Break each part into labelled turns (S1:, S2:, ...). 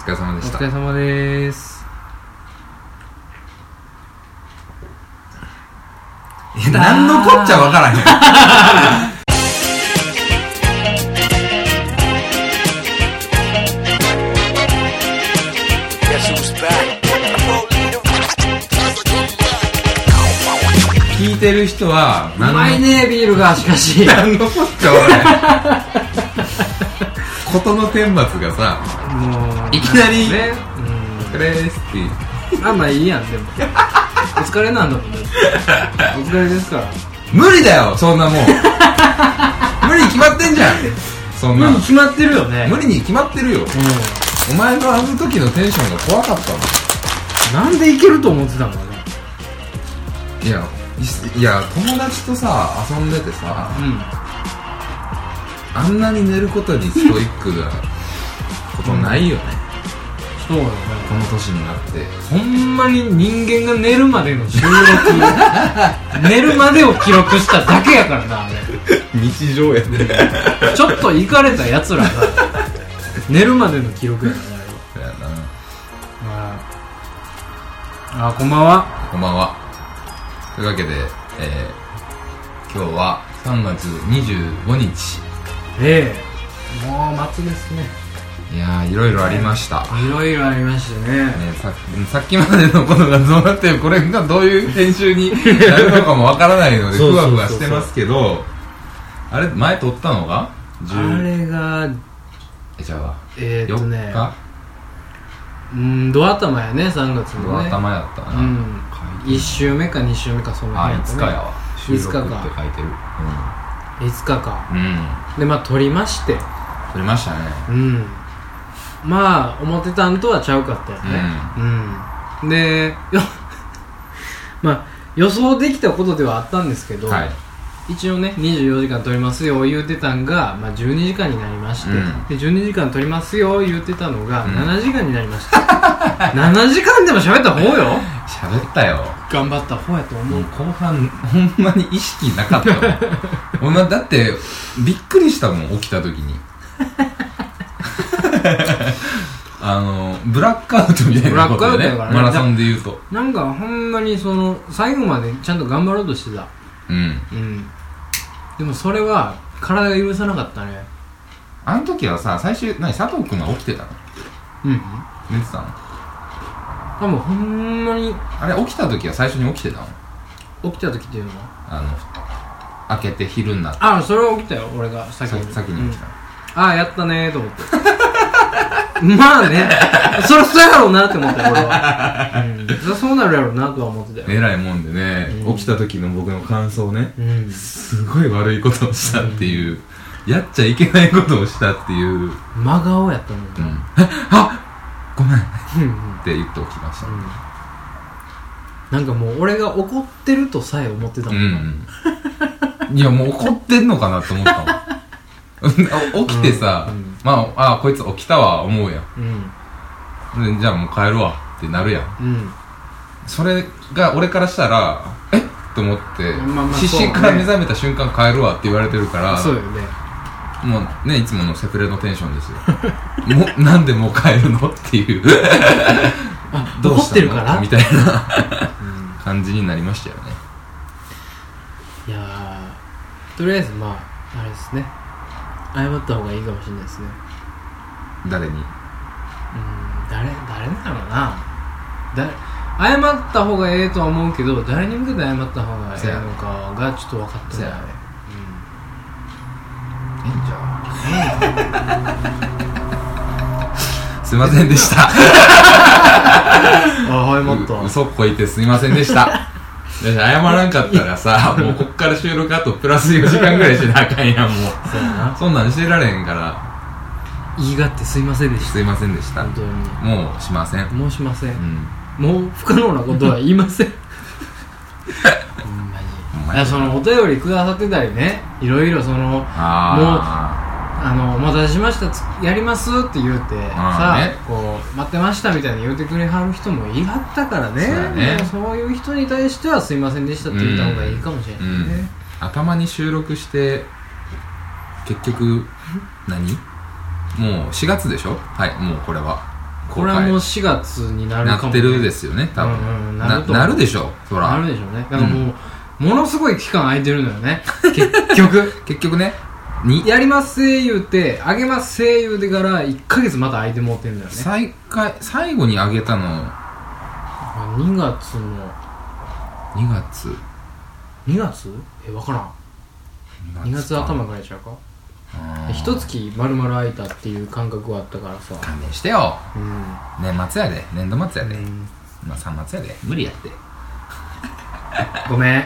S1: 疲れ様で
S2: お
S1: した
S2: 疲れ様です
S1: いや何のこっちゃわからへん
S3: Guess who's back? Pro leader.
S1: 聞いてる人は
S2: う
S1: 何
S2: まいねビールがしかしも
S1: 何のこっちゃわからへん事の顛末がさ
S2: う
S1: いきなり
S2: ね
S1: 「これです」って
S2: うんあまあいいやんでもお疲れなんだもんね お疲れですから
S1: 無理だよそんな もん無理に決まってんじゃんそんな
S2: うん
S1: の
S2: 決まってるよね
S1: 無理に決まってるよ
S2: う
S1: お前のあの時のテンションが怖かったもん
S2: んなんでいけると思ってたのかね
S1: いやいいや友達とさ遊んでてさ
S2: う
S1: あんなに寝ることにストイックなことないよね、
S2: んそうだね
S1: この年になって
S2: ほんまに人間が寝るまでの 収録寝るまでを記録しただけやからなあれ
S1: 日 常やで、ね、
S2: ちょっとイかれたや つらが寝るまでの記録やからなあれは
S1: やな
S2: ああこんばんは
S1: こんばんはというわけで、えー、今日は3月25日
S2: ええもう夏ですね
S1: いやーいろいろありました、
S2: いろいろありましたね
S1: ね、ささっきまでのことがどうなってこれがどういう編集になるのかもわからないので
S2: そう
S1: ふ
S2: そう
S1: わ
S2: そうそう
S1: ふわしてますけどあれ前撮ったのが
S2: あ
S1: 10
S2: れが
S1: えじゃあ
S2: えー、っと
S1: 4
S2: ね
S1: 日
S2: うんド頭やね3月
S1: の
S2: のね
S1: 頭やったな、
S2: うん1週目か2週目かその
S1: あ
S2: 辺や
S1: 5
S2: った
S1: 日
S2: ね
S1: やわ収録って書いてる
S2: 5日か
S1: うん、うん、
S2: でまあ撮りまして
S1: 撮りましたね
S2: うんまあ思ってたんとはちゃうかったよねうん、でよ まあ予想できたことではあったんですけど、
S1: はい
S2: 一応ね24時間撮りますよ言うてたんが、まあ、12時間になりまして、
S1: うん
S2: で12時間撮りますよ言うてたのが、
S1: うん
S2: 7時間になりました 7時間でも喋った方よ
S1: 喋ったよ
S2: 頑張った方やと思
S1: も
S2: う、
S1: う後半ほんまに意識なか ったもん俺だってびっくりしたもん起きた時 にあのブラックアウトみたいなことで
S2: ブラックアウト
S1: ね
S2: やからね
S1: マラソンで言うと
S2: なんかほんまにその最後までちゃんと頑張ろうとしてた
S1: うん
S2: うんでもそれは体が許さなかったね
S1: あの時はさ最終何佐藤君は起きてたの
S2: うん
S1: 寝てたの
S2: 多分ほんまに
S1: あれ起きた時は最初に起きてたの
S2: 起きた時っていうのは
S1: あの開けて昼になって
S2: ああそれは起きたよ俺が先
S1: さ
S2: に
S1: 先に起きたの、
S2: ああやったねーと思ってまあねそりゃそうやろうなって思ったよ俺は、うん、そりゃそうなるやろうなとは思ってたよ、
S1: えらいもんでね、
S2: うん
S1: 起きた時の僕の感想ね
S2: うん、
S1: すごい悪いことをしたっていう、やっちゃいけないことをしたっていう、うん、
S2: 真顔やったもんな、
S1: あごめんっ
S2: うんうん
S1: て言って起きました、
S2: うんなんかもう俺が怒ってるとさえ思ってたも、
S1: うんん、いやもう怒ってんのかなって思ったもん 起きてさ、
S2: うんうん
S1: まああこいつ起きたわ思うやん
S2: うん
S1: でじゃあもう帰るわってなるやん
S2: うん
S1: それが俺からしたらえっと思って、
S2: まあまあ
S1: 失
S2: そうね
S1: 神から目覚めた瞬間帰るわって言われてるから
S2: そうよね
S1: もうねいつものセフレのテンションですよもなんでもう帰るのっていう
S2: あ
S1: どう
S2: 怒っ
S1: した
S2: て
S1: の
S2: るから
S1: みたいな感じになりましたよね
S2: いやーとりあえずまああれですね謝った方がいいかもしれないですね
S1: 誰に
S2: うん誰誰なのな誰謝った方がええとは思うけど誰に向けて謝った方がええのかがちょっと分かって
S1: せ
S2: ない
S1: やね
S2: う
S1: えんじゃんすいませんでした
S2: んあはいもっと
S1: う嘘っこいてすいませんでした だって謝らんかったらさもうこっから収録あとプラス4時間ぐらいしなあかんやんもう
S2: そうやな
S1: そんなんしてられへんから
S2: 言いがってすいませんでし
S1: すいませんでした
S2: た本
S1: も
S2: 当に
S1: うしません
S2: 申しません、
S1: うん
S2: もう不可能なことは言いません ほんまに
S1: ほんま
S2: い
S1: に
S2: やそのお便りくださってたりねいろいろその
S1: あ
S2: あの「お待たせしましたつやります」って言うてさ
S1: ね
S2: こう待ってましたみたいに言うてくれはる人もいはったからね
S1: そうやね
S2: もうそういう人に対しては「すいませんでした」って言った方がいいかもしれないね、
S1: あ頭に収録して結局何もう4月でしょはいもうこれは
S2: これはもう4月になるかも
S1: なってるですよね多分、
S2: うんうんな
S1: な
S2: ると思う
S1: なるでしょうそ
S2: な
S1: ら
S2: るでしょうねだからもう、ものすごい期間空いてるのよね 結局
S1: 結局ねに
S2: やりますせ言うてあげますせ言うてから1ヶ月また空いてもうてんだよね
S1: 最下最後に上げたの
S2: 2月の
S1: 2月
S2: 2月え分からん2月頭ぐらいちゃうか一
S1: つ
S2: 月丸々空いたっていう感覚はあったからさ
S1: 勘弁してよ
S2: うん
S1: 年末やで年度末やで、
S2: うん
S1: まあ3月やで無理やって
S2: ごめ ん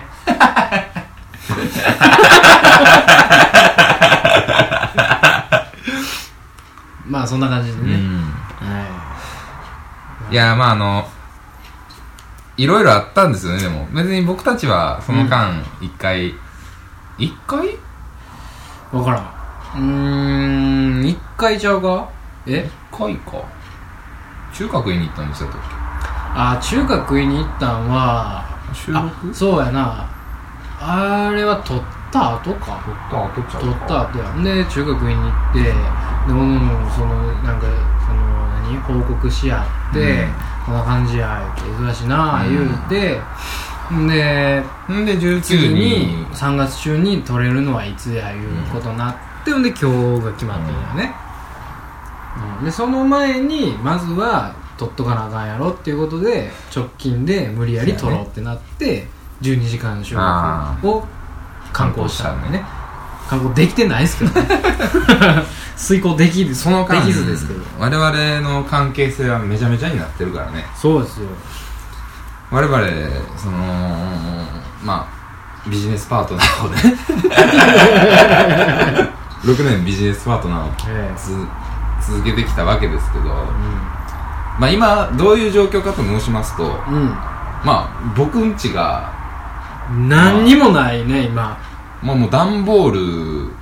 S2: まあそんな感じで
S1: うん、
S2: ね、はい
S1: やまああのいろいろあったんですよねでも別に僕たちはその間一回、一回
S2: い分からんうーん一回ちゃうかえ
S1: 一回か中学院に行ったんですよ時
S2: あ中学食いに行ったんは
S1: 収
S2: あ
S1: 録
S2: そうやなあれは撮った後か
S1: 撮った撮っちゃ
S2: 取った後やんで中学院に行ってでものそのなんかその何報告し合って、
S1: うん
S2: こんな感じや言うて珍しいな
S1: うん
S2: 言うて、で
S1: んで
S2: 次
S1: 19
S2: に
S1: に
S2: 3月中に取れるのはいつやいうことになって、ほんで今日が決まってるよね、うんでその前にまずは取っとかなあかんやろっていうことで直近で無理やり取ろうってなって12時間収録を観光したんだよね観光できてないですけど ね遂行できず
S1: その間
S2: できずですけど
S1: 我々の関係性はめちゃめちゃになってるからね
S2: そうですよ
S1: 我々そのまあビジネスパートナーをね 6年ビジネスパートナーを
S2: ええ
S1: つ続けてきたわけですけど、
S2: う
S1: まあ、今どういう状況かと申しますと
S2: ん、
S1: まあ僕んちが
S2: うん、何にもないね今
S1: まあもう段ボール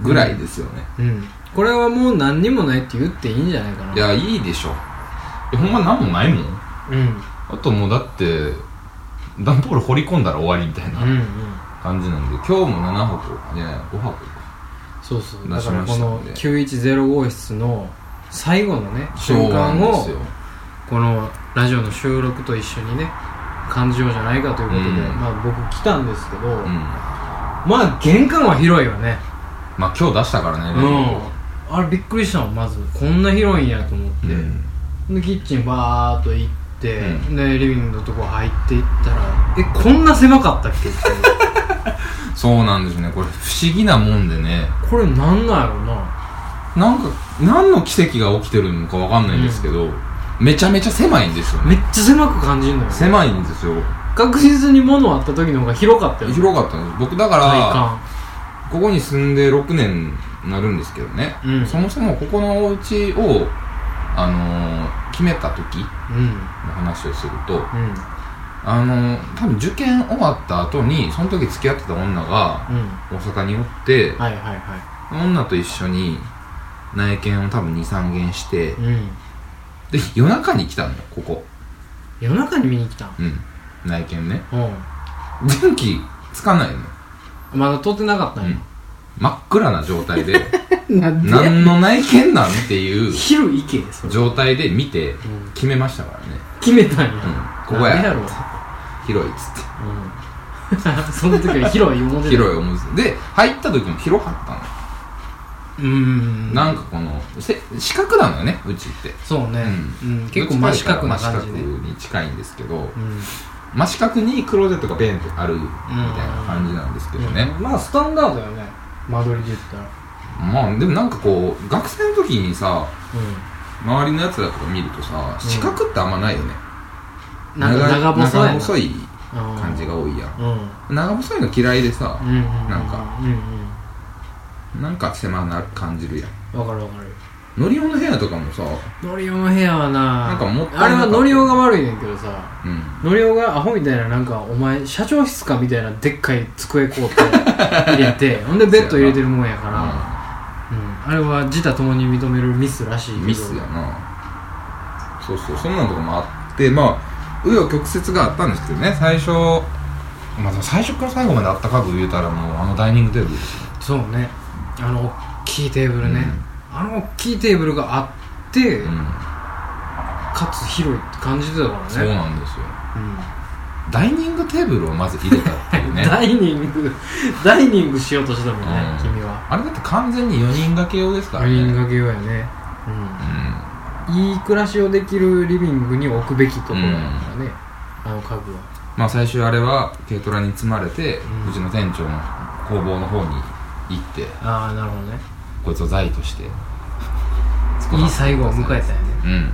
S1: ぐらいですよね、
S2: うんこれはもう何にもないって言っていいんじゃないかない
S1: やいいでしょいやほんま何もないもん
S2: うん
S1: あともうだって段ボール掘り込んだら終わりみたい
S2: うんう
S1: なん感じなんで、今日も7箱いやいや5箱
S2: そうそう
S1: 出
S2: だ
S1: し
S2: から
S1: ま
S2: こ
S1: した
S2: の
S1: んで
S2: 910号室の最後のね瞬間をこのラジオの収録と一緒にね感じようじゃないかということで、
S1: うん
S2: まあ僕来たんですけど、
S1: うん
S2: まあ玄関は広いよね
S1: まあ今日出したからね
S2: うんあれびっくりしたもんまずこんな広いんやと思って、
S1: うん
S2: でキッチンバーっと行って、
S1: う
S2: でリビングのとこ入っていったらえこんな狭かったっけって
S1: そうなんですねこれ不思議なもんでね
S2: これなんなんやろな
S1: なんか何の奇跡が起きてるのかわかんないんですけど、めちゃめちゃ狭いんですよ
S2: め
S1: ね
S2: っちゃ狭く感じるのよ
S1: 狭いんですよ
S2: 確実に物あった時の方が広かったよね
S1: 広かったんです僕だから
S2: 体感
S1: ここに住んで6年になるんですけどね、
S2: うん
S1: そもそもここのお家をあのー決めた時の
S2: うん
S1: 話をすると
S2: うん
S1: あのー多分受験終わった後にその時付き合ってた女が
S2: うん
S1: 大阪におって、
S2: はいはいは
S1: 女と一緒に内見を多分23軒して、
S2: いうん
S1: で夜中に来たのよここ
S2: 夜中に見に来たん
S1: うん内見ね
S2: う
S1: 電気つかないのよ、
S2: んまだ通ってなかったん
S1: うん
S2: や、
S1: 真っ暗な状態 で
S2: なんで
S1: 何の内見なんっていう
S2: 昼行けそれ
S1: 状態で見て
S2: ん
S1: 決めましたからね、
S2: 決めたんや、
S1: うんここや
S2: なんでやろう
S1: 広いっつっ
S2: うんその時は広い思って
S1: て広いおむつで入った時も広かった
S2: うーん
S1: の、なんかこのせ四角なのよねうちって
S2: そうね、うん結構真四角な感じ
S1: どっち
S2: で、
S1: かと
S2: うん
S1: いうと真四角に近いんですけど、
S2: うん
S1: 真四角にクローゼットがベンとあるみたいな感じなんですけどね、
S2: まあスタンダードよね間取りで言ったら
S1: まあでもなんかこう学生の時にさ
S2: う
S1: 周りのやつらとか見るとさ四角ってあんまないよね、
S2: んなんか長細やな
S1: 長細い感
S2: 感
S1: じが多いやん
S2: うんうん
S1: 長細いの嫌いでさ、
S2: うんうん
S1: なんか
S2: うん
S1: なんか狭な感じるやん
S2: うんわかるわかる
S1: ノリオの部屋とかもさ、
S2: ノリオの部屋はな
S1: なんかもったいなか
S2: あれ
S1: った
S2: はノリオが悪いねんけどさ
S1: うん、
S2: ノリオがアホみたいななんかお前社長室かみたいなでっかい机こうって入れてほんでベッド入れてるもんやから、うん、あれは自他ともに認めるミスらしいけど
S1: ミスやなそうそうそんなのとかもあってまあ紆余曲折があったんですけどね最初まあでも最初から最後まであったかく言うたらもうあのダイニングテーブルですよ
S2: そうねあの大きいテーブルね、あの大きいテーブルがあって、
S1: うん
S2: かつ広いって感じてたからね
S1: そうなんですよダイニングテーブルをまず入れたっていううん ね
S2: ダイニングダイニングしようとしてたもんね、
S1: うん
S2: 君は
S1: あれだって完全に4人掛け用ですから
S2: ダイ
S1: ね
S2: ニング掛けようやね、うん、いい暮らしをできるリビングに置くべきところだからね、あの家具は
S1: まあ最終あれは軽トラに積まれて、
S2: う
S1: うんちの店長の工房の方に行って
S2: ああなるほどね
S1: こいつを財として
S2: いい最後を迎えたよね
S1: うん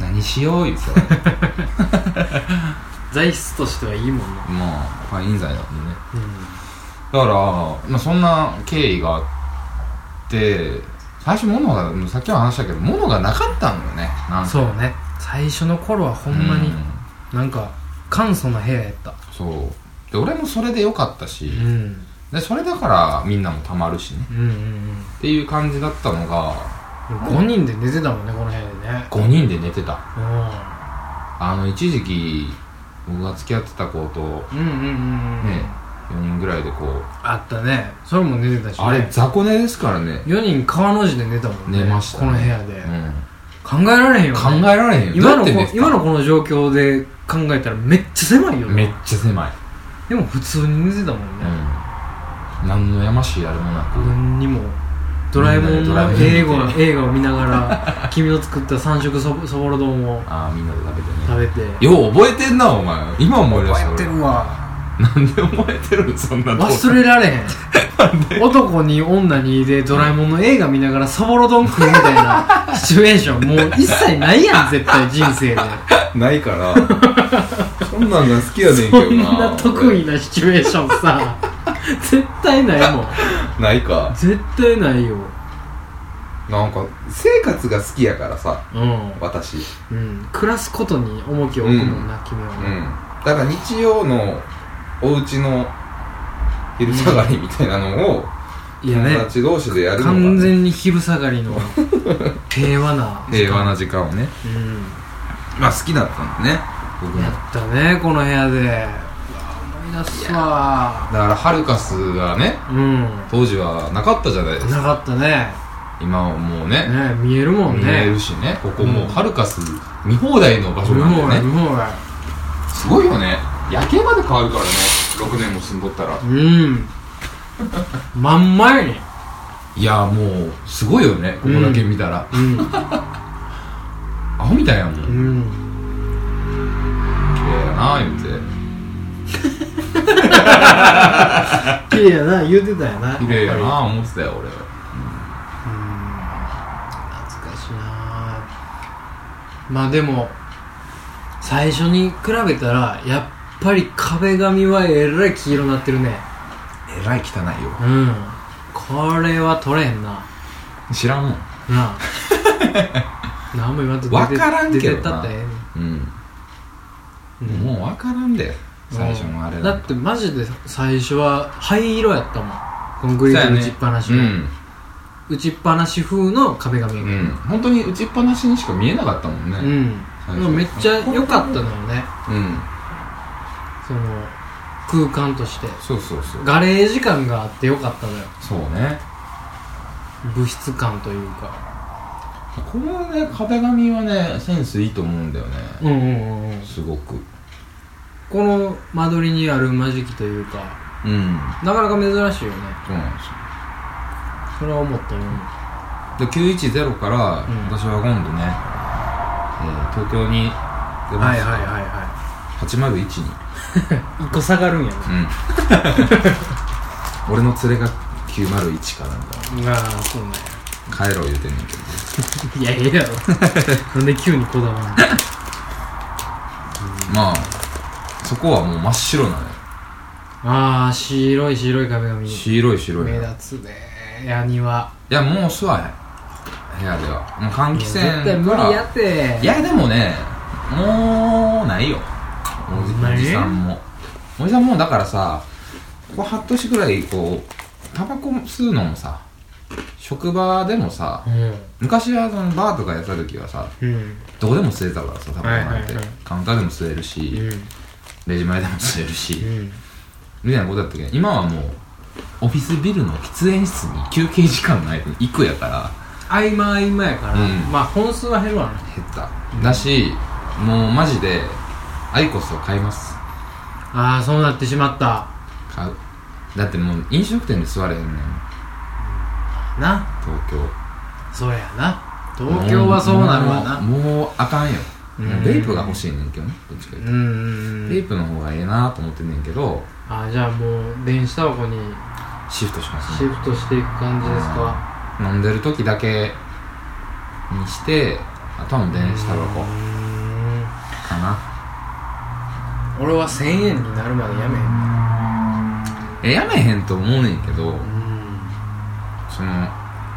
S1: 何しよう言ってたからね
S2: 材質としてはいいもんな、
S1: もうファイン罪なんでね
S2: う
S1: だから、まあ、そんな経緯があって最初物がさっきも話したけど物がなかったのよねなん
S2: ん、
S1: せ
S2: そうね最初の頃はほんまに
S1: うん
S2: なんか簡素な部屋やった
S1: そうで俺もそれでよかったし、
S2: うん
S1: でそれだからみんなもたまるしね
S2: うんうん
S1: っていう感じだったのが
S2: うん5人で寝てたもんねこの部屋でね
S1: 5人で寝てた
S2: う
S1: あの一時期僕が付き合ってた子とね
S2: んうんうんうん、
S1: 4人ぐらいでこう
S2: あったねそれも寝てたし、ね、
S1: あれ雑魚寝ですからね
S2: 4人川の字で寝たもん
S1: 寝
S2: ね
S1: ました
S2: こ
S1: ね
S2: の部屋で、
S1: うん
S2: 考えられへんよ、ね、
S1: 考えられへんよ
S2: 今の
S1: どうやって
S2: こ
S1: 寝てた
S2: 今のこの状況で考えたらめっちゃ狭いよ
S1: めっ
S2: ね
S1: ちゃ狭い
S2: でも普通に寝てたもんね、
S1: うん何のやましいあれもなく
S2: 何にもドラえもん
S1: ドラえ
S2: の
S1: もん
S2: 映画映画を見ながら君の作った三色そぼそぼろ丼を
S1: ああみんなで食べてね
S2: 食べて
S1: よう覚えてんなお前今思い出した
S2: 覚えてるわ
S1: 俺なんで覚えてるそんなとこ
S2: 忘れられ へん男に女にでドラえもんの映画見ながらそぼろ丼食うみたい なシチュエーションもう一切ないやん絶対人生で
S1: ないから そんなんが好きやねんけ
S2: こ
S1: ど
S2: ん
S1: な
S2: な得意なシチュエーションさ絶対ないもん
S1: 俺ないか
S2: 絶対ないよ
S1: なんか生活が好きやからさ
S2: うん、
S1: 私
S2: うん、暮らすことに重きを置くもんな、君は
S1: う
S2: ね、
S1: んだから日曜のお家の昼下がりみたいなのを
S2: いや
S1: 友
S2: ね
S1: 達同士でやるのがね
S2: 完全に昼下がり の平和な
S1: 平和な時間をね
S2: うん
S1: まあ好きだったんでね僕も
S2: や
S1: だ
S2: ったねこの部屋でうわ思い出すわ
S1: からハルカスがね
S2: うん
S1: 当時はなかったじゃないですか
S2: なかったね
S1: 今はもうね
S2: ね見えるもん
S1: 見
S2: ね
S1: えるしねここもう
S2: う
S1: んハルカス見放題の場所
S2: 無
S1: なんだよ
S2: 法外
S1: ね
S2: 無法外
S1: すごいよね夜景まで変わるからね6年も住んどったら
S2: うんまんまやね
S1: いやもうすごいよねここだけ見たら、
S2: う
S1: アホみたいやもん、
S2: ん
S1: 綺
S2: うん
S1: 麗やな言って
S2: 綺麗やな言うてたやな
S1: 綺麗や
S2: うん
S1: な思ってたよ俺
S2: 懐かしいなまあでも最初に比べたらやっぱり壁紙はえらい黄色になってるね
S1: えらい汚いよ
S2: うんこれは取れへんな
S1: 知らんもん
S2: なあ何も今んと
S1: わからんけどな
S2: 出てったってえ
S1: うん、
S2: えねん、
S1: もう分からんで最初のあれ
S2: だってマジで最初は灰色やったもんコンクリートの打ちっぱなし
S1: う
S2: の、
S1: ん
S2: 打ちっぱなし風の壁紙
S1: う
S2: うん
S1: ん本当に打ちっぱなしにしか見えなかったもんねうん、最初
S2: めっちゃ良かったのよねその空間として
S1: そうそうそう
S2: ガレージ感があってよかったのよ
S1: そうね
S2: 物質感というか
S1: このね壁紙はねセンスいいと思うんだよね、
S2: うんうんうんうん
S1: すごく
S2: この間取りにある間仕切というか
S1: うん
S2: なかなか珍しいよね
S1: そうなんですよ
S2: それは思ったよ
S1: で910から
S2: うん
S1: 私は今度ね、えー東京に出ます、
S2: はいは
S1: 801に、
S2: い一個下がるんやね
S1: うん、俺の連れが901かなんか
S2: ああそうね
S1: 帰ろう言うてんねんけどね
S2: いやええや ろなんで急にこだわんの
S1: まあそこはもう真っ白なのよ
S2: ああ白い白い壁紙
S1: 白い白い
S2: 目
S1: い
S2: 立つねヤニは
S1: やもうすわへん部屋ではもう換気
S2: 絶
S1: 扇
S2: 対無理
S1: から
S2: やって
S1: いやでもねもうないよおじ
S2: ほんまに
S1: おじさんもおじさんもうだからさここ半年ぐらいこうタバコ吸うのもさ職場でもさ
S2: うん
S1: 昔はそのバーとかやった時はさ
S2: うん
S1: どこでも吸えたからさタバコなんて、
S2: はいはいはい
S1: カウンターでも吸える
S2: う
S1: し、
S2: ん
S1: レジ前でも吸えるし、
S2: うん
S1: みたいなことだったけど今はもうオフィスビルの喫煙室に休憩時間の間に行くやから
S2: 合間合間やから、
S1: うん
S2: まあ本数は減るわな
S1: 減っただしもうマジでアイコスを買います
S2: ああそうなってしまった
S1: 買うだってもう飲食店で座れへんねん
S2: な
S1: 東京
S2: そうやな東京はそうなるわな
S1: もうもうあかんよ
S2: うん
S1: ベイプが欲しいねんけどねどっちか
S2: う
S1: 言うと
S2: ん
S1: ベイプの方がええなと思ってんねんけど
S2: あじゃあもう電子タバコに
S1: シフトします
S2: シ
S1: ね
S2: フトしていく感じですか
S1: 飲んでる時だけにしてあとはもう電子タバコ
S2: うーん
S1: かな
S2: 俺は1000円になるまでやめ
S1: え
S2: へん
S1: やめへんと思うねんけどその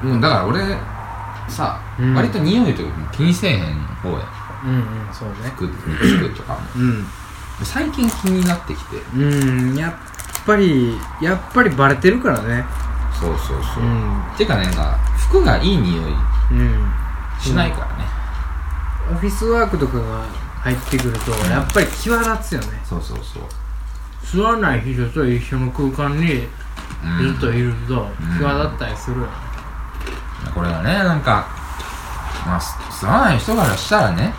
S1: もうだから俺さ、
S2: うん
S1: 割と匂いというかもう気にせえへん方や
S2: うんうんそうね
S1: 服服とかも
S2: うん
S1: 最近気になってきて
S2: うんやっぱりやっぱりバレてるからね
S1: そうそうそうう、
S2: ん
S1: てかねなんか服がいい匂い
S2: うん
S1: しないからね、
S2: オフィスワークとかが入ってくるとやっぱり際立つよね
S1: そうそうそう
S2: 吸わない人と一緒の空間に
S1: うん
S2: ずっといると際立ったりするよね
S1: これはねなんかまあす吸わない人からしたらね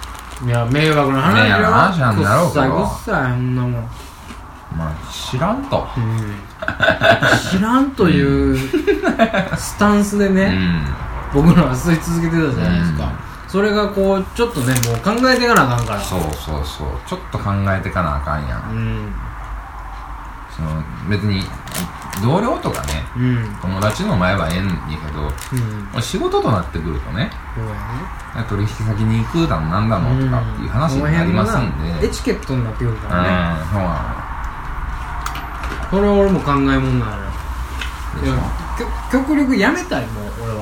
S2: いや迷惑な話
S1: 迷惑な話なんだろうけ
S2: くっさい
S1: ど
S2: くっさいそんなもん
S1: まあ知らんと
S2: 知らんというスタンスで
S1: う
S2: ね、
S1: ん
S2: 僕らは吸い続けてたじゃないですか、それがこうちょっとねもう考えていかなあかんから
S1: そうそうそうちょっと考えてかなあかんやん
S2: うん
S1: その別に同僚とかね
S2: うん
S1: 友達の前はええんやけど
S2: うん
S1: もう仕事となってくるとね
S2: そうやね
S1: 取引先に行くだのなんだのとかっていう話になりますん
S2: うんこの辺がな
S1: で
S2: エチケットになってくる
S1: うんそう
S2: からね、
S1: な
S2: これは俺も考えもんなのよ
S1: の
S2: い
S1: でしょ
S2: やきょ極力やめたいもう俺は、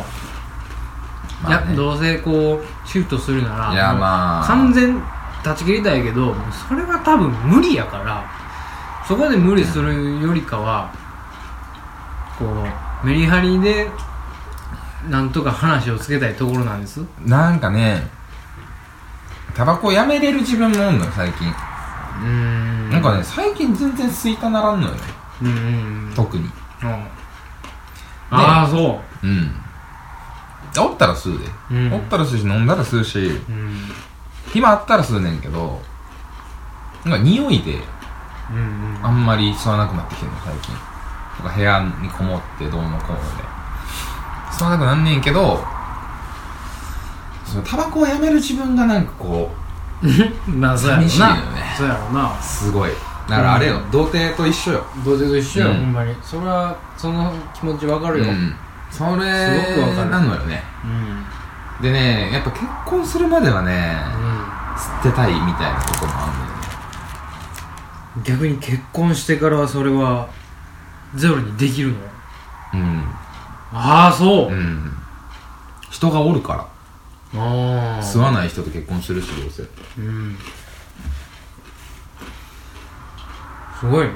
S1: まあ
S2: いや
S1: ね
S2: どうせこうシフトするなら
S1: いや
S2: もう
S1: まあ
S2: 完全断ち切りたいけどもうそれは多分無理やからそこで無理するよりかはこうメリハリでなんとか話をつけたいところなんです
S1: なんかねタバコやめれる自分もおんのよ最近
S2: うん
S1: なんかね最近全然吸いたならんのよね
S2: うんうんうん
S1: 特に
S2: うんああそ
S1: うんおったら吸うで、
S2: ううん
S1: おったら吸うし飲んだら吸うし
S2: うん
S1: 暇あったら吸うねんけどなんか匂いで
S2: うんうん
S1: あんまり吸わなくなってきてんの最近とか部屋にこもってどうのこうので吸わなくなんねんけどそのタバコをやめる自分がなんかこう
S2: まあそうやろな
S1: 寂しいよね
S2: そうやろな
S1: すごいだからあれよ、童貞と一緒よ
S2: 同性と一緒や、
S1: うん
S2: ほんまにそれはその気持ちわかるよ、
S1: うん、それ
S2: すごくわかる
S1: なのよね
S2: うん
S1: でねやっぱ結婚するまではね吸ってたいみたいなとこもあるんだよね
S2: うん逆に結婚してからはそれはゼロにできるのああそ
S1: う
S2: う、
S1: ん、うん、人がおるか
S2: ああ
S1: ら吸わない人と結婚するしどうせ
S2: うんすごいね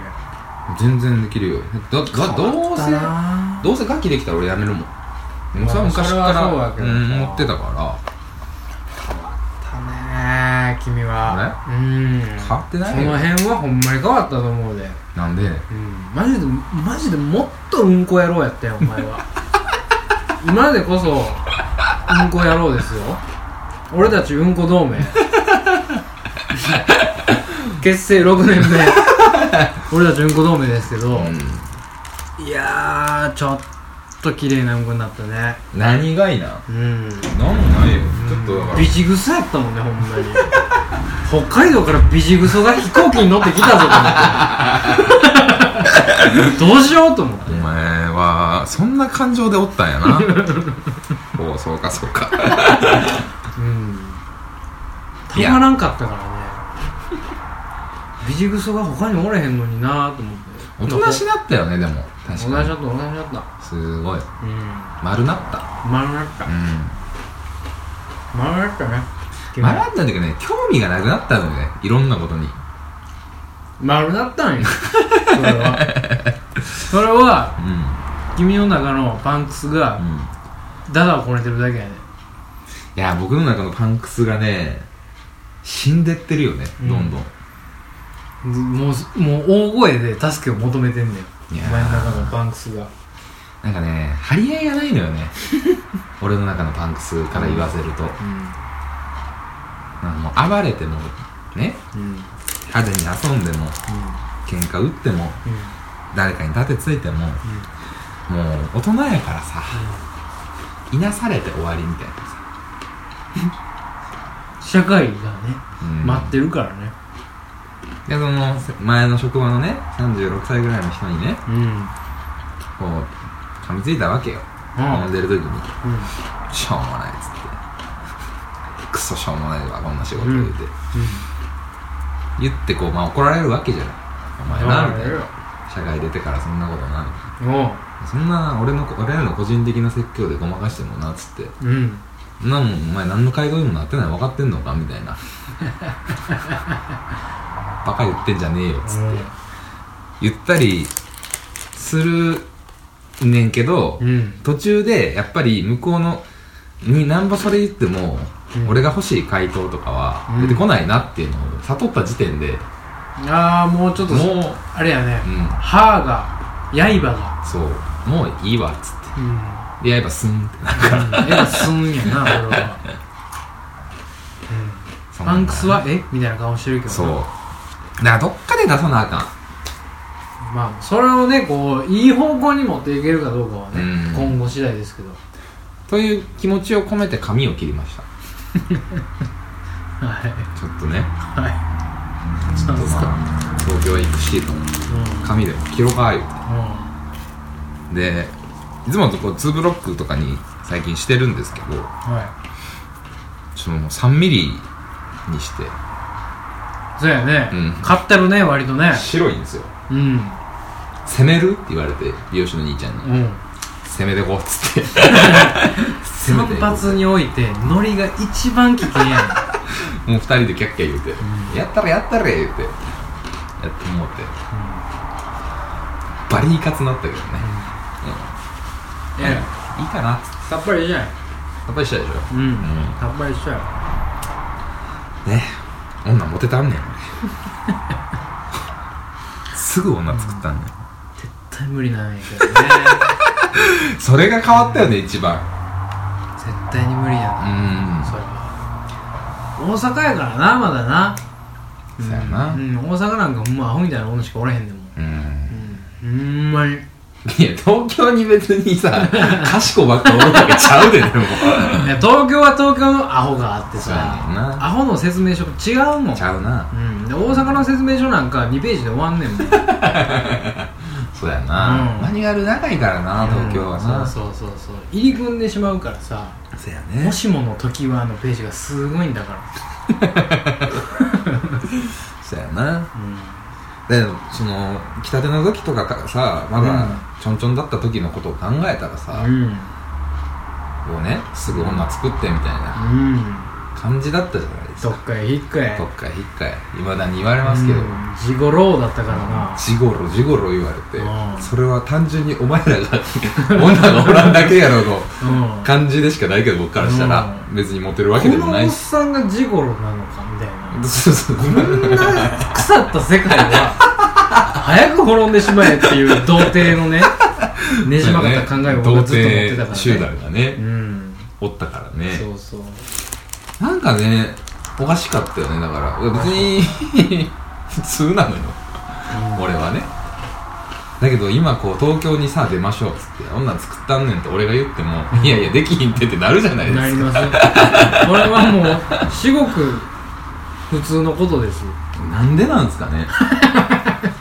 S1: 全然できるよだだどうせ
S2: な
S1: どうせ楽器できたら俺やめるもんもうそれは昔か
S2: まあそれはそうだ
S1: ら
S2: けど
S1: うん
S2: さ
S1: 持ってたか
S2: たねー君はうん
S1: ら買ってない
S2: その
S1: よ
S2: 辺はほんまに変わったと思うで
S1: なんで
S2: うんマジでマジでもっとうんこ野郎やったよお前 は今でこそうんこ野郎ですよ俺たちうんこ 同盟結成6年 目俺たちうんこ同盟ですけど、
S1: う
S2: いやーちょっと綺麗なうんこになったね
S1: ん何がいいな
S2: うん
S1: なんもないよちょっとだから
S2: ビジグソやったもんねほんまに北海道からビジグソが飛行機に乗ってきたぞと思 ってどうしようと思って
S1: お前はそんな感情でおったんやな おうそうかそうか
S2: うん
S1: いや
S2: たまらんかったからねビジグソが他におれへんのになと思って
S1: おとなしなったよねでも
S2: 大
S1: 確か
S2: 人し
S1: に
S2: だった大人しだった
S1: すごい
S2: うん
S1: 丸なった
S2: 丸なった
S1: うん
S2: 丸なったね
S1: 丸なったんだけどね興味がなくなったのねいろんなことに
S2: 丸なったんやそれはそれは
S1: うん
S2: 君の中のパンクスが
S1: うん
S2: ダダをこねてるだけやね
S1: いや僕の中のパンクスがね死んでってるよね
S2: うん
S1: どんどん
S2: ずもうもう大声で助けを求めてんねん
S1: いやー
S2: お前の中のパンクスが
S1: なんかね張り合いがないのよね俺の中のパンクスから言わせると、なんかもう暴れてもね
S2: うんうん
S1: 派手に遊んでも喧嘩打っても誰かに盾ついても、もう大人やからさ、いなされて終わりみたいなさ、
S2: 社会がね
S1: うん
S2: 待ってるからね
S1: でその前の職場のね36歳ぐらいの人にね
S2: うんうん
S1: こう噛みついたわけよ、飲んでる時にしょうもないっつってクソしょうもないわこんな仕事言うて、言ってこう、まあ、怒られるわけじゃないお前なみたいな社会出てからそんなことなみたい
S2: うんおう
S1: なそんな俺の俺らの個人的な説教でごまかしてもなっつって
S2: うん
S1: そんなもんお前何の会合にもなってない分かってんのかみたい なバカ言ってんじゃねえよっつって言ったりするねんけど、
S2: うん
S1: 途中でやっぱり向こうのになんぼそれ言っても、
S2: うん
S1: 俺が欲しい回答とかは出てこないなっていうのを悟った時点で、
S2: ああもうちょっと
S1: もう、うん、
S2: あれやね歯が刃が
S1: そうもういいわっつっ
S2: うん
S1: てでやっぱスンってな
S2: えらすんや な俺は
S1: そんな
S2: パンクスはえみたいな顔してるけどな
S1: そうだからどっかで出さなあか
S2: まあそれをねこういい方向に持っていけるかどうかは
S1: う
S2: ね
S1: ん
S2: 今後次第ですけど
S1: んという気持ちを込めて髪を切りました
S2: はい
S1: ちょっとね
S2: はい
S1: ちょっとまあ東京へ行くしと思って髪でも切ろか言う
S2: う
S1: てでいつもとこう2ブロックとかに最近してるんですけど
S2: んは
S1: ちょっともう3ミリにして
S2: いそうやね
S1: うん
S2: 買ってるね割とね
S1: 白いんですよ
S2: うん
S1: 攻めるって言われて美容師の兄ちゃんに、
S2: うん
S1: 攻めてこうっつ って
S2: 散
S1: 攻めていこう
S2: 髪においてノリが一番危 険やね
S1: もう二人でキャッキャ言うて、やったれやったれ言うてやってもうて、バリいかつなったけどね、うん
S2: え
S1: いいかなっつって
S2: さっぱりじゃん
S1: やっぱりしたでしょ
S2: うん
S1: ん
S2: さっぱりしちゃ
S1: ね女モテたん ねんすぐ女作ったんねん
S2: う絶対無理なんやけ どね
S1: それが変わったよね一番
S2: 絶対に無理や
S1: う
S2: な
S1: ん
S2: それは大阪やからなまだな
S1: そうやな
S2: うん、大阪なんかほんまアホみたいな女しかおれへんでもん
S1: うん
S2: うんほんまに
S1: いや、東京に別にさ、賢ばっかおるわけちゃうで、でも。
S2: いや東京は東京のアホがあって
S1: そうや
S2: さ
S1: ねんな
S2: アホの説明書違うもん
S1: ちゃうな。
S2: うん、で大阪の説明書なんか2ページで終わんねんもん
S1: そうやな。
S2: うん
S1: マニュアル長いからな、東京は
S2: うん
S1: な。
S2: そうそうそうそう入り組んでしまうからさ
S1: そうや
S2: 「も
S1: ね。
S2: しもの時は」のページがすごいんだから
S1: そうやな。
S2: うん
S1: で、その、来たての時とかかさ、ま
S2: う
S1: だ
S2: ん、
S1: ちょんちょんだった時のことを考えたらさ、
S2: うん
S1: こうね、すぐ女作ってみたいな
S2: うん
S1: 感じだったじゃないです
S2: ど
S1: か
S2: っ。かへ引っかへ
S1: どっかへ引っかえ、未だに言われますけど。
S2: うん地五郎だったからな
S1: ジゴロジゴロ言われ
S2: うん
S1: てそれは単純にお前らが女がおらんだけやろと
S2: うん
S1: 感じでしかないけど僕からしたら別にモテるわけでも
S2: こ
S1: な
S2: のお
S1: い
S2: っ
S1: し
S2: さんがジゴロなのかみたいな
S1: そうそう
S2: こんな腐った 世界は早く滅んでしまえっていう童貞の ねねじ曲がった考えを俺はずっと持ってたから、
S1: 童
S2: ね、
S1: 貞集団がね
S2: うん
S1: おったからね
S2: そうそう
S1: なんかねおかしかったよねだからいや別に 普通なのよ俺はねだけど今こう東京にさ出ましょうっつって女作ったんねんって俺が言ってもいやいやできひんってってなるじゃないで
S2: なり
S1: すか
S2: ますよこれはもう至極普通のことです
S1: なんでなんですか ね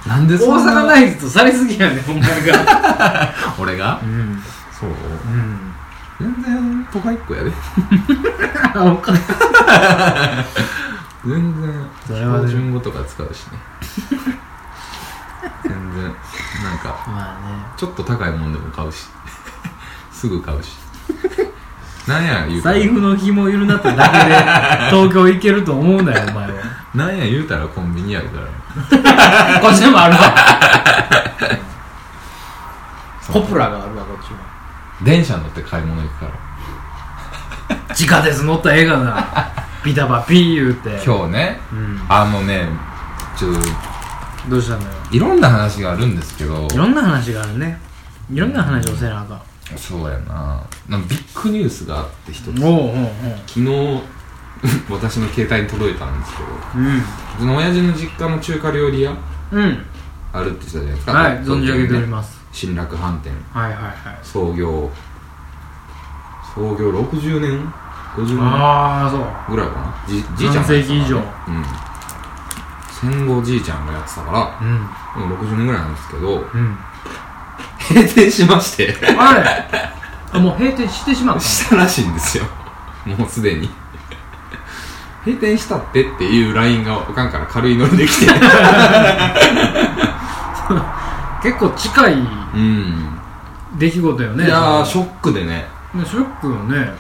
S1: なんで
S2: 大
S1: そんな
S2: 阪ナイズとされすぎやねほんまが
S1: 俺が
S2: うん
S1: そう
S2: うん
S1: 全然都会っ子やで
S2: あおかしい
S1: 全然
S2: それは
S1: 標
S2: ね
S1: 準語とか使う しね全然なんか
S2: ま
S1: ちょっと高いもんでも買うし すぐ買うしなんや
S2: あ
S1: 言
S2: ね
S1: うたら
S2: 財布の紐緩なっただけで東京行けると思うんだよお前は
S1: なんや言うたらコンビニやから
S2: こっちでもあるわコプラがあるわこっちも
S1: 電車乗って買い物行くから
S2: 地下鉄乗った映画なビタバピー言うて
S1: 今日ね
S2: うん
S1: あのねちょっ
S2: どうしたのよ
S1: といろんな話があるんですけど
S2: いろんな話があるねいろんな話をせなあかん
S1: そうやななんかビッグニュースがあって一つ
S2: おうおうおう
S1: 昨日 私の携帯に届いたんですけど
S2: うん
S1: その親父の実家の中華料理屋
S2: うん
S1: あるって言ってたじゃないですか
S2: はい存じ上げており
S1: す
S2: ます
S1: 新楽飯店
S2: はいはいはい
S1: 創業創業60年50年
S2: ああそう
S1: ぐらいかなじじいちゃんが
S2: 半
S1: やって
S2: 世
S1: た
S2: 紀以上
S1: からねうん戦後じいちゃんがやってたか
S2: うん
S1: らもう60年ぐらいなんですけ ど
S2: うん
S1: 閉店しまして
S2: あれあもう閉店してしまった
S1: したらしいんですよもうすでに閉店したってっていう LINE がおかんから軽いノリで来て
S2: の結構近い
S1: うん
S2: 出来事よね
S1: いやー
S2: そ
S1: ショックでね
S2: れねショックよね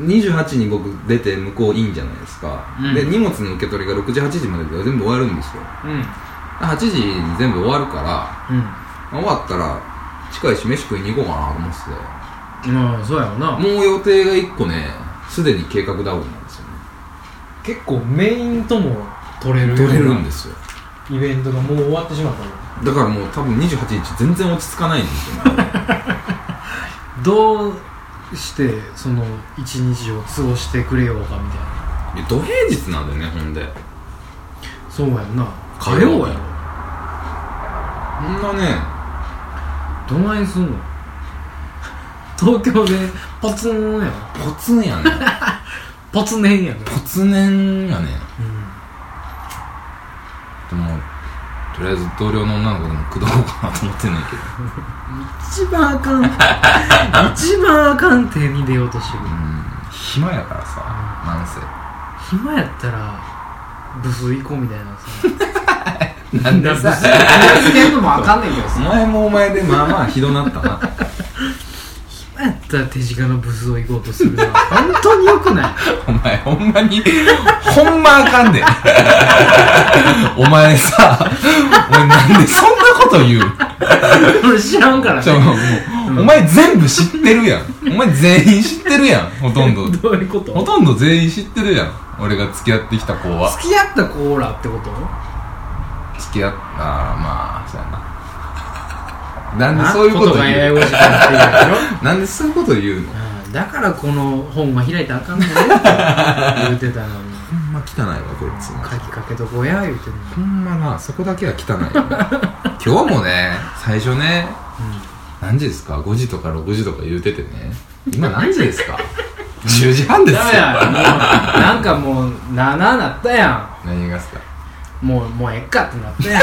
S1: 28に僕出て向こういいんじゃないですか、
S2: うん
S1: で荷物の受け取りが6時8時までで全部終わるんですよ
S2: うん
S1: 8時に全部終わるから
S2: う
S1: 終わったら近いし飯食いに行こうかなと思って
S2: んまあそうやろな
S1: てもう予定が1個ねすでに計画ダウンなんですよね
S4: 結構メインとも取れる
S1: 取れるんですよ
S4: イベントがもう終わってしまったの
S1: だからもう多分28日全然落ち着かないんですよね
S2: どうしてその一日を過ごしてくれようかみたいない
S1: や土平日なんだよねほんで
S2: そうやんな
S1: 火曜
S2: やろ
S1: ほんなね
S2: どないすんの東京でポツンやろ
S1: ポツンやね
S2: ポツネンやろ
S1: ポツネンやね
S2: うん
S1: でもとりあえず同僚の女の子でも口説こうかなと思ってんねんけど
S2: 一番あかん一番あかん手に出ようとしてる
S1: うん暇やからさなんせ
S2: 暇やったらブス行こうみたいなさ
S1: なんで
S2: ブス
S1: さ
S2: つけんのもあかんねんけど
S1: お
S2: さ
S1: 前もお前でまあまあひどなったな
S2: 暇やったら手近なブスを行こうとするのは本当によくない
S1: お前ほんまにほんまあかん でお前さお前なんでそんなこと言う
S2: 俺知らんから
S1: ちょ
S2: ね
S1: もうお前全部知ってるやんお前全員知ってるやんほとんど
S2: どういうこと
S1: ほとんど全員知ってるやん俺が付き合ってきた子は
S2: 付き合ったコーラってこと
S1: 付き合ったまあそうやななんで
S2: な
S1: そういうこと
S2: がや
S1: 言う
S2: やこしくなってるやろ
S1: なんでそういうこと言うの
S2: うんだからこの本は開いたらあかんのねって言うてたのに
S1: ほんま汚いわこいつ
S2: 書きかけとこや言うてるのに
S1: ほんまなそこだけは汚いよね 今日もね最初ね何時ですか5時とか6時とか言うててね今何時です か10時半ですよ
S2: ダメやもうなんかもうなあなあなったや
S1: 何がですか
S2: んもうもうえっかってなったやん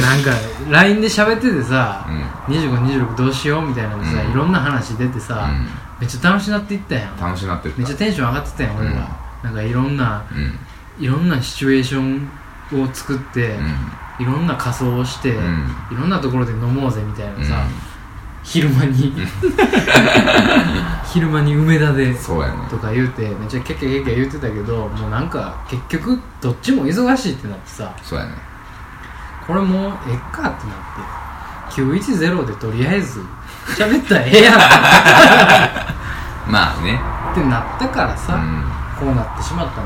S2: なんか LINE で喋っててさ、
S1: うん
S2: 2526どうしようみたいなのさ、
S1: うん
S2: いろんな話出てさ、
S1: うん
S2: めっちゃ楽しなっていったやん
S1: 楽しなってる
S2: めっちゃテンション上がってたやん俺ら、なんかいろんな
S1: うん
S2: いろんなシチュエーションを作って、
S1: う
S2: いろんな仮装をして、
S1: んうん
S2: いろんなところで飲もうぜみたいなさ、
S1: うん
S2: 昼間に 昼間に梅田で
S1: そうやね
S2: とか言うてめっちゃキャッキャキャッキャ言ってたけどもうなんか結局どっちも忙しいってなってさ
S1: そうやね
S2: これもうえっかってなって910でとりあえず喋ったらええやん
S1: まあね
S2: ってなったから
S1: う
S2: さ、
S1: ん
S2: こうなってしまった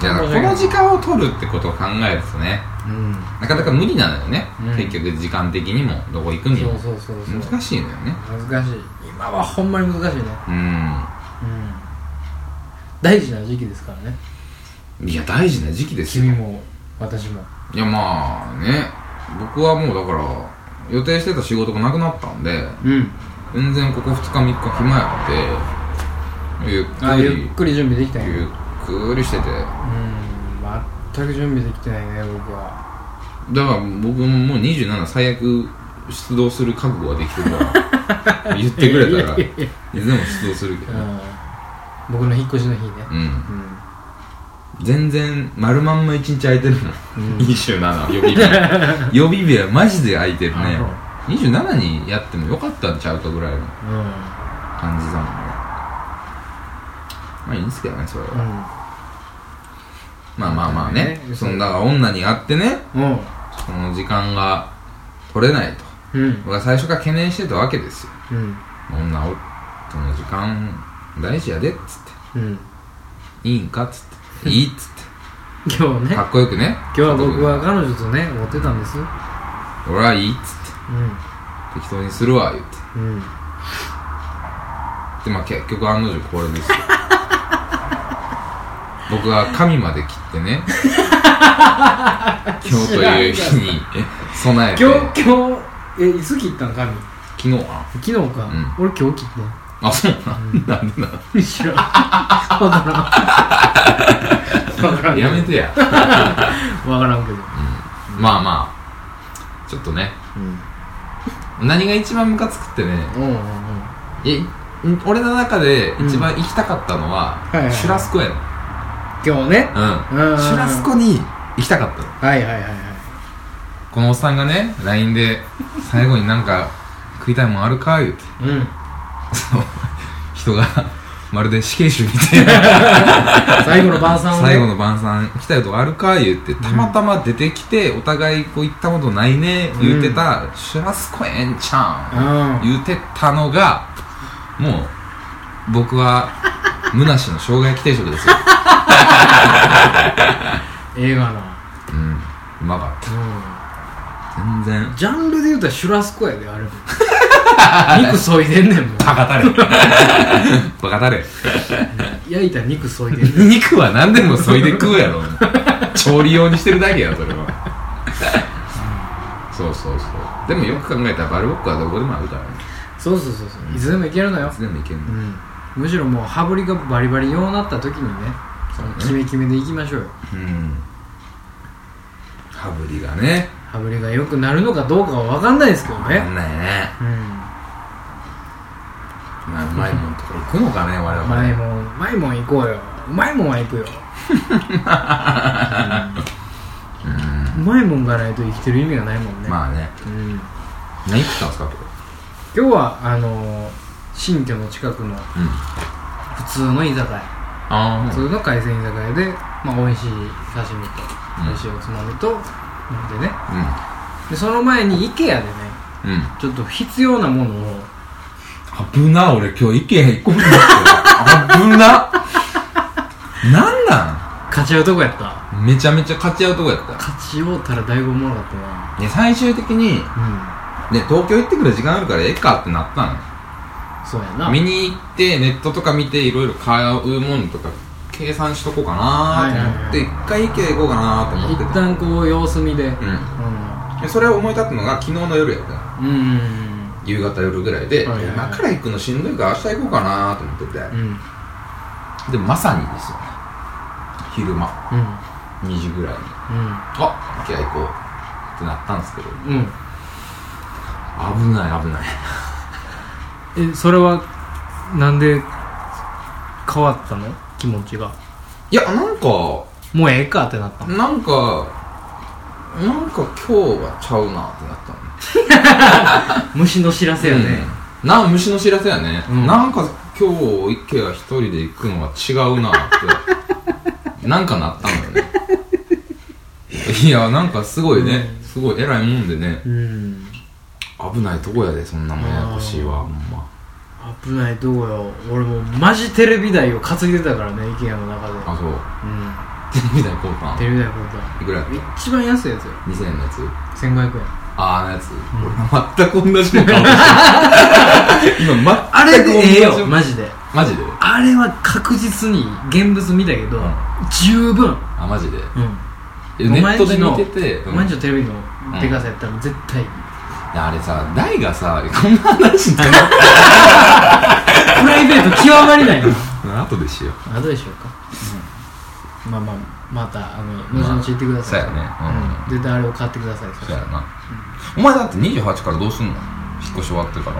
S1: じゃあこの時間を取るってことを考えるとね
S2: のようん
S1: なかなか無理なのよね、
S2: うん
S1: 結局時間的にもどこ行くにも
S2: そうそうそうそう
S1: 難しいのよね
S2: 難しい今はほんまに難しいね
S1: うん
S2: うん大事な時期ですからね
S1: いや大事な時期ですよ
S2: 君も私も
S1: いやまあね僕はもうだから予定してた仕事がなくなったんで
S2: う
S1: 全
S2: ん
S1: 然ここ2日3日暇やってゆっ
S2: あ
S1: く
S2: ゆっ
S1: り
S2: くり準備できたんや
S1: ゆっくりしてて
S2: うん全く準備できてないね僕は
S1: だから僕ももう27最悪出動する覚悟はできてるから 言ってくれたら
S2: い
S1: い
S2: やいやい
S1: つでも出動するけど
S2: やうん僕の引っ越しの日ね
S1: うん
S2: うん
S1: 全然丸まんま1日空いてるもん、
S2: うん
S1: 27予備日 予備日はマジで空いてるね
S2: あ
S1: 27にやってもよかったんちゃうかぐらいの
S2: うん
S1: 感じだもんねまあいいんですけどねそれは、まあまあまあね
S2: ね
S1: そんだから女に会ってね
S2: うんうん
S1: その時間が取れないと
S2: うん
S1: 僕は最初から懸念してたわけですよ
S2: うん
S1: 女をその時間大事やでっつっ
S2: うん
S1: ていいんかっつっていいっつっ
S2: 今日
S1: て
S2: ね
S1: かっこよくね
S2: 今日は僕は彼女とね思ってたんです
S1: 俺はいいっつって
S2: うん
S1: 適当にするわ言って
S2: うん
S1: って、まあ、結局案の定これですよ僕は神まで切ってね今日という日に備えて
S2: 今
S1: 昨
S2: 日今日えいつ切ったん神
S1: 日かな
S2: 昨日か、俺今日切ってん
S1: あそうなんなんでな
S2: 知らんわからんわからん
S1: やめてや
S2: わからんけど
S1: まあまあちょっとね、何が一番ムカつくってね
S2: うんうんうん
S1: いやん俺の中で一番行きたかったのは、
S2: うんはいはいはい
S1: シュラスコやねん
S2: 今日ね
S1: う
S2: うん
S1: んシュラスコに行きたかったの
S2: はいはいはいはい
S1: このおっさんがね LINE で最後になんか食いたいもんあるか言うて
S2: うん
S1: その人が まるで死刑囚みたいな
S2: 最後の晩餐をね
S1: 最後の晩餐来たいとこあるか言ってたまたま出てきてお互いこう行ったことないね言うてた、シュラスコええんちゃん
S2: うん
S1: 言うてたのがもう僕はむなしの生姜焼き定食ですよ、
S2: 映画な
S1: うん、うまかっ
S2: う
S1: た全然
S2: んジャンルで言うたらシュラスコやであれも肉そいでんねんもん
S1: バカたれ バカたれ
S2: 焼いた肉そいでんねん
S1: 肉は何でもそいで食うやろ調理用にしてるだけやそれはそうそうそうでもよく考えたらバルボックはどこでもあるからね
S2: そうそうそうそういつでもいけるのよ
S1: いつでもいけん
S2: う
S1: の
S2: んむしろもう羽振りがバリバリようなった時にね
S1: そうね
S2: キメキメでいきましょうよ
S1: うん羽振りがね
S2: 羽振りが良くなるのかどうかは分かんないですけど
S1: わか
S2: ね
S1: んないね
S2: うん
S1: まあうまいもんとか行くのかね我
S2: う
S1: 々
S2: まいもんうまいもん行こうようまいもんは行くようんうまいもんがないと生きてる意味がないもんね、
S1: まあね
S2: うん、
S1: 何食ったんですかこ
S2: 今日はあのー新居の近くの
S1: れうん
S2: 普通の居酒屋
S1: あ
S2: 普通の海鮮居酒屋で、まあ、美味しい刺身と美味しいおつまみと飲んでね
S1: あ
S2: でその前に IKEA でね
S1: うんうん
S2: ちょっと必要なものを
S1: 危な俺今日 IKEA 行こうと思 ってる危ななんな
S2: 買っちゃうとこやった
S1: んめちゃめちゃ買っちゃうとこやった
S2: 買っちようたらだいぶおもろかったな
S1: で最終的に
S2: うん
S1: ね、東京行ってくる時間あるからええかってなった
S2: そうや
S1: の
S2: な
S1: 見に行ってネットとか見ていろいろ買うもんとか計算しとこうかなと思って
S2: は
S1: 一
S2: い
S1: 回行け行こうかなと思っ
S2: 一
S1: てて、
S2: 旦こう様子見で
S1: うんでそれを思い立ったのが昨日の夜やったの
S2: うんうん
S1: 夕方夜ぐらいで、
S2: はいはいはい
S1: 今から行くのしんどいから明日行こうかなと思ってて、
S2: うんうん
S1: でまさにですよね昼間
S2: うん
S1: 2時ぐらいにあっ IKEA 行こうってなったんですけど
S2: うんうん
S1: 危ない危ない
S2: えそれはなんで変わったの気持ちが
S1: いやなんか
S2: もうええかってなったの
S1: なんかなんか今日はちゃうなってなったのね
S2: 虫の知らせやね、
S1: うんな虫の知らせやね、
S2: うん
S1: なんか今日一家が一人で行くのは違うなって なんかなったのよねいやなんかすごいね、すごい偉いもんでね
S2: うん
S1: 危ないとこやでそんなもんややこしいわほんま
S2: 危ないとこよ俺もうマジテレビ台を担いでたからね IKEA の中で
S1: あそう
S2: う
S1: テレビ台交
S2: んテ
S1: 換
S2: レビ台こうか
S1: いくらやった
S2: 一番安いやつよ
S1: 2000円のやつ
S2: 1500円
S1: ああのやつ、俺全く同じの顔してる今
S2: あれ
S1: 全
S2: で
S1: く同
S2: ええ
S1: じ
S2: よマジで
S1: マジで
S2: あれは確実に現物見たけど、
S1: うん
S2: 十分
S1: あマジで
S2: うん
S1: ネットで見てて、
S2: お
S1: うん
S2: 前んちのテレビのでかさやったら絶対、
S1: いやあれさ大がさこんな話になる
S2: プライベート極まりない の
S1: 後でしよう
S2: あどうでしょうか、うん、まあまあまたあの後々言ってください、
S1: そうやねうん
S2: うん絶対あれを買ってください
S1: そうやな、お前だって28からどうすんの引っ越し終わってか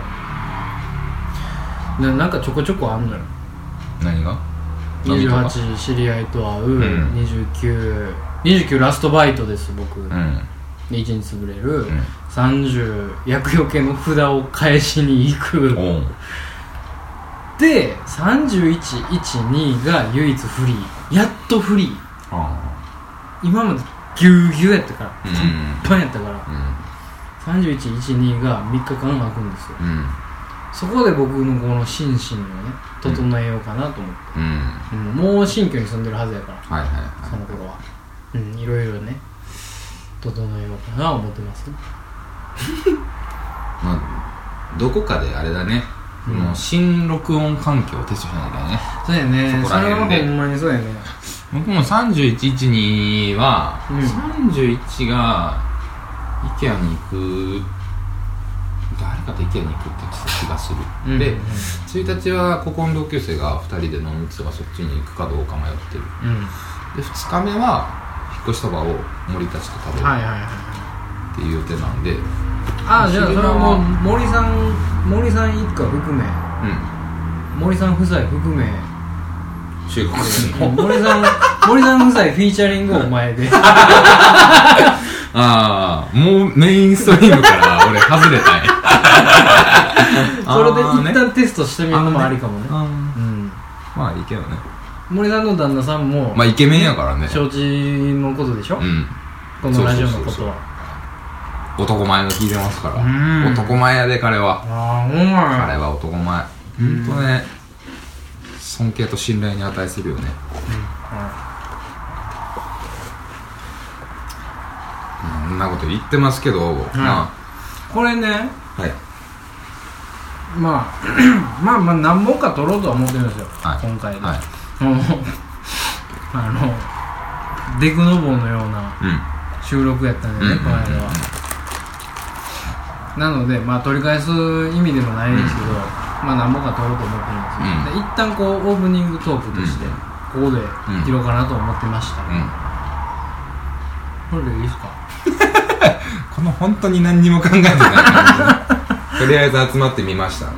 S1: ら
S2: でなんかちょこちょこあんのよ
S1: 何が何とか
S2: 28知り合いと会う、
S1: ん
S2: 2929ラストバイトです僕、
S1: うん
S2: で1日潰れる、
S1: ん
S2: 30厄除けの札を返しに行く
S1: おう
S2: で3112が唯一フリーやっとフリー
S1: あ
S2: 今までぎゅうぎゅうやったから
S1: うん
S2: パンパンやったから
S1: あ
S2: 3112が3日間空くんですよ
S1: うんうん
S2: そこで僕のこの心身をね整えようかなと思って、
S1: うん
S2: うんもう新居に住んでるはずやから
S1: はいはいは
S2: その頃はうんいろいろね整えようかな思ってます
S1: い、まあ、どこかであれだね
S2: うん
S1: もう新録音環境をテストしなきゃいけないね
S2: そうやね
S1: そ
S2: そ
S1: こら
S2: れは
S1: 辺で
S2: ほんまにそうやね
S1: 僕も3112は、
S2: うん
S1: 31が IKEA に行く誰かと IKEA に行くって言ってた気がする、
S2: うん
S1: で
S2: うん
S1: 1日はここの同級生が2人で飲みつとかそっちに行くかどうか迷ってる
S2: うん
S1: で2日目は引っ越しそばを森たちと食べる
S2: はいはいはい
S1: っていう予定なんで、
S2: ああじゃあそれはもう森さん森さん一家含め森さん夫妻含め
S1: うん中国人 の
S2: 森さん森さん夫妻フィーチャリングお前 で
S1: ああもうメインストリームから俺外れたんや
S2: それで
S1: あーね
S2: 一旦テストしてみるのもありかもね
S1: あ
S2: うん
S1: ーまあいいけどね
S2: 森さんの旦那さんも
S1: まあイケメンやからね
S2: 承知のことでしょ
S1: うん
S2: このラジオのことは
S1: 男前の聞いてますから
S2: うん
S1: 男前やで彼は
S2: ああほんま
S1: 彼は男前ほんとね尊敬と信頼に値するよねうんこんなこと言ってますけど、ま
S2: これね
S1: あはい
S2: まあ まあまあ何本か取ろうとは思ってるんですよ
S1: はい
S2: 今回で
S1: はい
S2: もう あのデクノボーのような
S1: うん
S2: 収録やったんだよね、
S1: うん
S2: この間は、なのでまあ取り返す意味でもないですけど、まあ何本か取ろうと思ってるんですよ、で一旦こうオープニングトークとして、
S1: うん
S2: ここで切ろうかなと思ってました、
S1: うん
S2: これでいいですか
S1: この本当に何にも考えてない感 じとりあえず集まってみましたね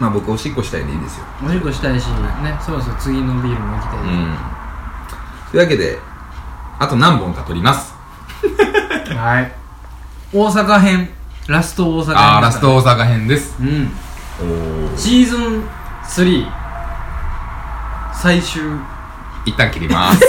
S2: う
S1: まあ僕おしっこしたいでいいですよ
S2: んおしっこしたいしねそろそろ次のビールも行きたい、
S1: うんというわけであと何本か撮ります
S2: はい大阪編ラスト大阪編
S1: ああーラスト大阪編です
S2: うん
S1: おお
S2: シーズン3最終
S1: 一旦切ります